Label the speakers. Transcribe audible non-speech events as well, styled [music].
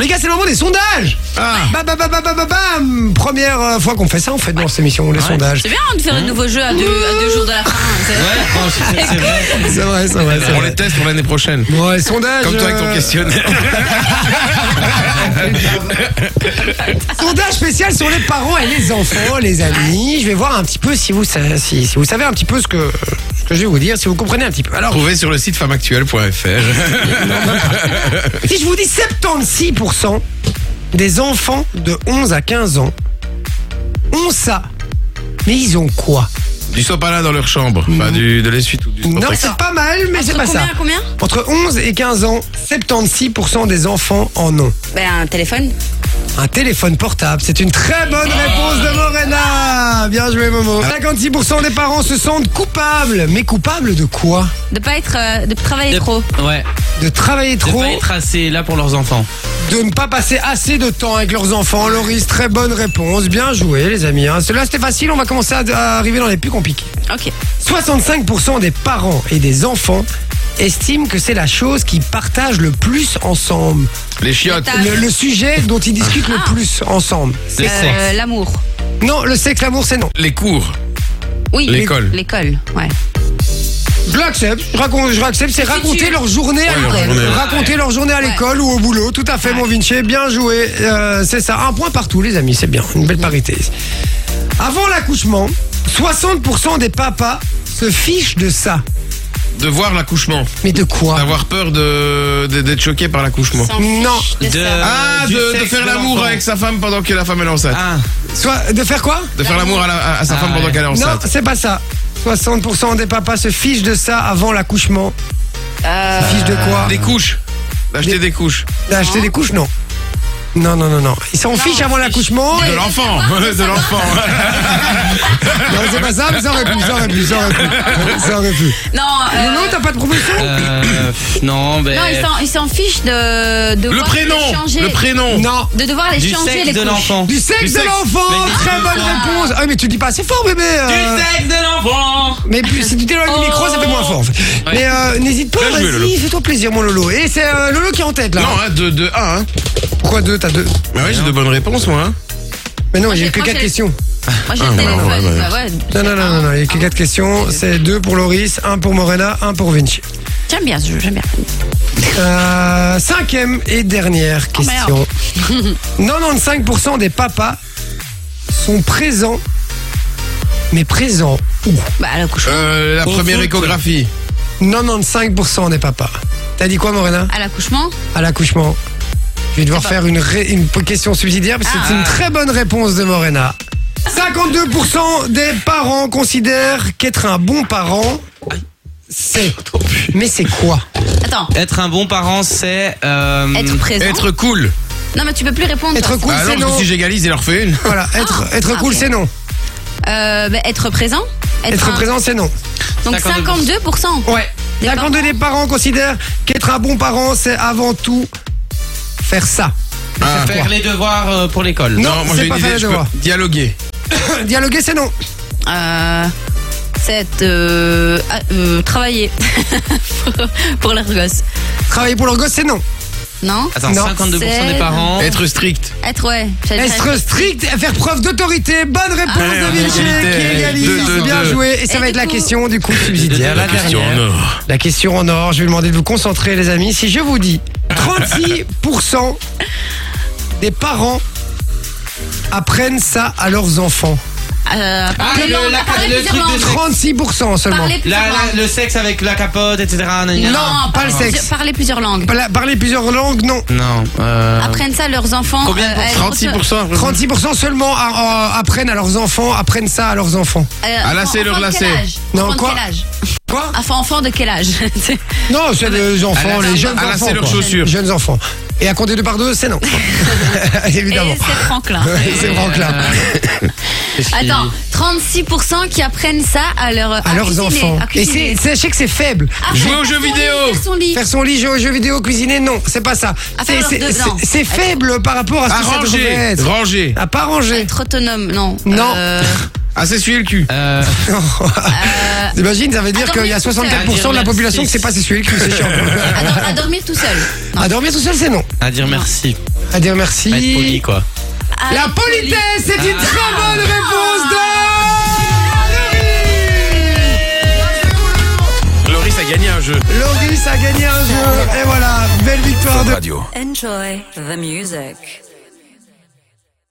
Speaker 1: Les gars, c'est le moment des sondages
Speaker 2: Ah.
Speaker 1: Bam, bam, bam, bam, bam, bam, bam. Première euh, fois qu'on fait ça, en fait, dans cette émission, les sondages.
Speaker 3: C'est bien hein, de faire un nouveau jeu à deux, à deux jours de la fin. hein, c'est-
Speaker 1: C'est vrai, c'est vrai, c'est
Speaker 2: On
Speaker 1: vrai.
Speaker 2: les teste pour l'année prochaine.
Speaker 1: Bon, les sondages...
Speaker 2: Comme toi avec
Speaker 1: euh,
Speaker 2: ton questionnaire. [laughs]
Speaker 1: [laughs] Sondage spécial sur les parents et les enfants, les amis. Je vais voir un petit peu si vous, sa- si, si vous savez un petit peu ce que, ce que je vais vous dire, si vous comprenez un petit peu. Alors,
Speaker 2: Trouvez sur le site femmeactuelle.fr.
Speaker 1: si je vous dis 76% des enfants de 11 à 15 ans ont ça, mais ils ont quoi
Speaker 2: Du sopalin dans leur chambre. Enfin,
Speaker 4: Mm.
Speaker 2: du, de l'essuie-tout. Du
Speaker 1: Non,
Speaker 2: Sportex.
Speaker 1: c'est pas mal, mais c'est
Speaker 3: Entre
Speaker 1: pas
Speaker 3: combien
Speaker 1: ça.
Speaker 3: à combien
Speaker 1: Entre 11 et 15 ans, 76% des enfants en ont.
Speaker 3: Ben un téléphone.
Speaker 1: Un téléphone portable, c'est une très bonne réponse de Morena Bien joué Momo
Speaker 4: Ah.
Speaker 1: 56% des parents se sentent coupables Mais coupables de quoi
Speaker 3: De pas être, euh, de travailler
Speaker 4: De-
Speaker 3: trop.
Speaker 4: Ouais,
Speaker 1: De travailler
Speaker 4: de
Speaker 1: trop,
Speaker 4: pas être assez là pour leurs enfants.
Speaker 1: de ne pas passer assez de temps avec leurs enfants. Loris, très bonne réponse. Bien joué, les amis. hein. Cela, c'était facile. On va commencer à, à arriver dans les plus compliqués.
Speaker 3: Ok.
Speaker 1: 65% des parents et des enfants estiment que c'est la chose qu'ils partagent le plus ensemble.
Speaker 2: Les chiottes.
Speaker 3: Le
Speaker 1: Le, le sujet dont ils discutent
Speaker 3: Ah.
Speaker 1: le plus ensemble.
Speaker 4: Le
Speaker 3: Euh,
Speaker 4: sexe.
Speaker 3: L'amour.
Speaker 1: Non, le sexe, l'amour, c'est non.
Speaker 2: Les cours.
Speaker 3: Oui.
Speaker 2: L'école.
Speaker 3: L'école. Ouais.
Speaker 1: Je l'accepte, je, raconte, je l'accepte, c'est raconter
Speaker 3: tu-
Speaker 1: leur journée à
Speaker 2: Ouais, leur
Speaker 1: l'école.
Speaker 2: journée.
Speaker 1: Raconter leur journée à
Speaker 3: Ouais.
Speaker 1: l'école ou au boulot, tout à fait, mon Vinci, bien joué. Euh, c'est ça, un point partout, les amis, c'est bien, une belle parité. Avant l'accouchement, 60% des papas se fichent de ça.
Speaker 2: De voir l'accouchement.
Speaker 1: Mais de
Speaker 4: Ah.
Speaker 1: quoi
Speaker 2: D'avoir peur de, de- d'être choqué par l'accouchement.
Speaker 1: Non.
Speaker 3: De ça.
Speaker 2: Ah,
Speaker 4: euh, du
Speaker 2: de, de
Speaker 4: sexe
Speaker 2: faire
Speaker 4: de
Speaker 2: l'amour
Speaker 4: l'enfant.
Speaker 2: avec sa femme pendant que la femme elle est enceinte.
Speaker 4: Ah,
Speaker 1: Soit, de faire quoi
Speaker 2: De faire l'amour à, la- à- à sa
Speaker 4: Ah,
Speaker 2: femme pendant
Speaker 4: ouais.
Speaker 2: qu'elle est
Speaker 1: Non,
Speaker 2: enceinte.
Speaker 1: c'est pas ça. 60% des papas se fichent de ça avant l'accouchement.
Speaker 3: Euh,
Speaker 1: Fichent de quoi
Speaker 2: Des couches. D'acheter
Speaker 1: Des-
Speaker 2: des couches.
Speaker 1: D'acheter des couches Non. Non, non, non, non. Ils s'en fichent avant l'accouchement.
Speaker 2: De l'enfant. [laughs] De l'enfant.
Speaker 1: Non, c'est pas ça, mais ça aurait pu, ça aurait pu, ça aurait pu. Ça aurait pu.
Speaker 3: non. euh,
Speaker 1: Non, non, t'as pas de promotion
Speaker 4: euh, pff, non, ben.
Speaker 3: non, ils s'en- ils s'en fichent de. de
Speaker 2: Le
Speaker 3: devoir les
Speaker 2: prénom.
Speaker 3: changer-
Speaker 2: Le prénom.
Speaker 1: Non.
Speaker 3: De devoir les
Speaker 4: du
Speaker 3: changer
Speaker 4: sexe
Speaker 3: les
Speaker 4: de
Speaker 3: couches.
Speaker 4: l'enfant.
Speaker 1: Du sexe
Speaker 2: Du
Speaker 1: de
Speaker 2: sexe.
Speaker 1: l'enfant,
Speaker 4: Mais-
Speaker 1: très bonne réponse. Ah, mais tu dis pas assez fort, bébé. euh,
Speaker 4: sexe de l'enfant.
Speaker 1: Mais plus, si tu t'éloignes du micro, ça fait moins fort. en fait.
Speaker 4: Ouais.
Speaker 1: Mais euh, n'hésite pas,
Speaker 2: Bien joué,
Speaker 1: vas-y,
Speaker 2: Lolo.
Speaker 1: fais-toi plaisir, mon Lolo. Et c'est euh, Lolo qui est en tête, là.
Speaker 2: Non, hein, de, de un. Hein.
Speaker 1: Pourquoi deux T'as deux
Speaker 2: Bah ouais, j'ai de bonnes réponses, moi. hein.
Speaker 1: Mais non,
Speaker 3: Moi,
Speaker 1: il y a eu
Speaker 3: j'ai-
Speaker 1: que
Speaker 3: moi,
Speaker 1: quatre
Speaker 3: j'ai-
Speaker 1: questions.
Speaker 3: Moi j'ai
Speaker 2: Ah,
Speaker 3: le
Speaker 2: ouais,
Speaker 3: téléphone.
Speaker 2: ouais, ouais.
Speaker 3: bah ouais. Ah.
Speaker 1: Non, non, non, non, non, il y a eu que quatre questions. C'est deux pour Loris, un pour Morena, un pour Vinci.
Speaker 3: J'aime bien ce jeu, j'aime bien.
Speaker 1: Euh, cinquième et dernière
Speaker 3: Oh,
Speaker 1: question.
Speaker 3: [laughs]
Speaker 1: 95% des papas sont présents, mais présents où
Speaker 3: Bah à l'accouchement.
Speaker 2: Euh, la
Speaker 4: Au
Speaker 2: première
Speaker 4: foot.
Speaker 2: échographie.
Speaker 1: 95% des papas. T'as dit quoi, Morena
Speaker 3: À l'accouchement.
Speaker 1: À l'accouchement. Je vais devoir faire une, ré- une question subsidiaire parce que c'est une
Speaker 3: Ah.
Speaker 1: très bonne réponse de Morena. 52% des parents considèrent qu'être un bon parent, c'est. Mais c'est quoi
Speaker 3: Attends.
Speaker 4: Être un bon parent, c'est. euh,
Speaker 2: Hmm.
Speaker 3: Être présent.
Speaker 2: Être cool.
Speaker 3: Non mais tu peux plus répondre.
Speaker 1: Être
Speaker 3: toi.
Speaker 1: cool,
Speaker 2: Bah
Speaker 1: c'est
Speaker 2: alors, parce
Speaker 1: non.
Speaker 2: que si j'égalise, il leur
Speaker 1: [laughs]
Speaker 2: fait une.
Speaker 1: Voilà, être, être
Speaker 3: Ah,
Speaker 1: cool,
Speaker 3: ok.
Speaker 1: c'est non.
Speaker 3: Euh, bah, être présent.
Speaker 1: Être
Speaker 3: un-
Speaker 1: présent, c'est non.
Speaker 3: Donc
Speaker 4: 52%.
Speaker 3: 52%.
Speaker 1: Ouais.
Speaker 3: Des
Speaker 1: 52 des parents considèrent qu'être un bon parent, c'est avant tout faire ça. [laughs]
Speaker 2: Ah.
Speaker 4: Faire les devoirs euh, pour l'école.
Speaker 1: Non,
Speaker 2: moi
Speaker 1: c'est
Speaker 2: j'ai une
Speaker 1: pas faire
Speaker 2: idée,
Speaker 1: les
Speaker 2: je peux
Speaker 1: devoirs.
Speaker 2: dialoguer.
Speaker 1: Dialoguer, c'est non.
Speaker 3: Euh, c'est euh, ah, euh, travailler [laughs] pour, pour leur gosse.
Speaker 1: Travailler pour leur gosse, c'est non.
Speaker 3: Non
Speaker 4: Attends,
Speaker 1: Non.
Speaker 3: C'est-
Speaker 4: 52% des
Speaker 1: Oh.
Speaker 4: parents.
Speaker 2: Être strict.
Speaker 3: Être, euh, ouais. j'allais dire-
Speaker 1: Être strict, faire preuve d'autorité. Bonne réponse
Speaker 2: Allez,
Speaker 1: de
Speaker 2: on
Speaker 1: Vinci
Speaker 2: égalité.
Speaker 1: qui égalise.
Speaker 2: Deux, deux,
Speaker 1: Bien
Speaker 2: deux.
Speaker 1: joué. Et ça
Speaker 3: Et
Speaker 1: va
Speaker 3: du
Speaker 1: être la
Speaker 3: coup-
Speaker 1: question du coup subsidiaire.
Speaker 2: [laughs]
Speaker 1: La
Speaker 2: Question
Speaker 1: dernière.
Speaker 2: en or.
Speaker 1: La question en or. Je vais vous demander de vous concentrer, les amis. Si je vous dis 36% des parents apprennent ça à leurs enfants. Ah,
Speaker 3: Euh, parler-
Speaker 4: le-
Speaker 3: non,
Speaker 4: la-
Speaker 3: parler
Speaker 4: le
Speaker 3: plus
Speaker 4: truc
Speaker 3: avant.
Speaker 4: de-
Speaker 1: 36% seulement.
Speaker 3: Parler plusieurs
Speaker 4: La- la-
Speaker 3: langues.
Speaker 4: le sexe avec la capote, etc. nanana.
Speaker 1: Non, pas le
Speaker 3: parler-
Speaker 1: sexe.
Speaker 3: Parler plusieurs langues.
Speaker 1: Parler- Parler plusieurs langues, non.
Speaker 4: Non. euh,
Speaker 3: Apprennent ça à leurs enfants.
Speaker 4: Combien de
Speaker 3: euh, à être-
Speaker 2: 36%.
Speaker 1: 36% seulement a- a- apprennent à leurs enfants, apprennent ça à leurs enfants.
Speaker 3: euh,
Speaker 2: À lasser
Speaker 3: enfant-
Speaker 2: leur
Speaker 3: enfant de quel
Speaker 2: lasser.
Speaker 3: âge
Speaker 1: Non,
Speaker 3: Enfant de
Speaker 1: quoi
Speaker 3: quel âge
Speaker 1: Quoi
Speaker 3: Enfin, enfant de
Speaker 1: [laughs]
Speaker 3: quel âge
Speaker 1: Non,
Speaker 3: Ah,
Speaker 1: c'est les enfants,
Speaker 4: à la-
Speaker 1: les jeunes
Speaker 2: à la-
Speaker 1: enfants.
Speaker 2: c'est leurs
Speaker 1: quoi.
Speaker 2: chaussures.
Speaker 1: Jeunes enfants. Et à compter deux par deux,
Speaker 3: [laughs]
Speaker 1: c'est non. [laughs]
Speaker 3: Et
Speaker 1: Évidemment.
Speaker 3: c'est
Speaker 1: [laughs]
Speaker 3: Franklin.
Speaker 1: C'est Franklin.
Speaker 4: qu'est-ce qui-
Speaker 3: Attends, 36% qui apprennent ça à, leur,
Speaker 1: À leurs enfants. Et c'est, c'est- je sais que c'est faible.
Speaker 3: Ah,
Speaker 2: Jouer aux jeux vidéo.
Speaker 1: Faire son lit, jouer aux jeux vidéo, cuisiner, non, c'est pas ça.
Speaker 3: À
Speaker 1: C'est,
Speaker 3: faire
Speaker 1: c'est-
Speaker 3: leurs deux-
Speaker 1: c'est-
Speaker 3: non.
Speaker 1: c'est faible par rapport à ce que ça devrait
Speaker 2: Arranger.
Speaker 1: être.
Speaker 2: Ah, Ranger.
Speaker 1: À pas ranger.
Speaker 3: Être autonome, non.
Speaker 1: Non.
Speaker 3: Euh,
Speaker 2: Ah, s'essuyer le cul.
Speaker 4: Euh,
Speaker 3: euh,
Speaker 1: T'imagines, ça veut dire
Speaker 3: à
Speaker 1: qu'il y a
Speaker 3: dormir tout seul.
Speaker 1: 64% de la
Speaker 4: À dire
Speaker 1: population
Speaker 4: merci.
Speaker 3: [laughs]
Speaker 1: qui sait pas s'essuyer le cul, c'est chiant.
Speaker 3: à, dor- à dormir tout seul.
Speaker 1: À dormir tout seul, c'est non.
Speaker 4: à dire merci.
Speaker 1: à dire merci.
Speaker 4: Pas être poli, quoi.
Speaker 1: La politesse, c'est une très bonne réponse de
Speaker 2: Loris a gagné un jeu.
Speaker 1: Loris a gagné un jeu. Et voilà, belle victoire de
Speaker 2: Radio.
Speaker 5: Enjoy the music.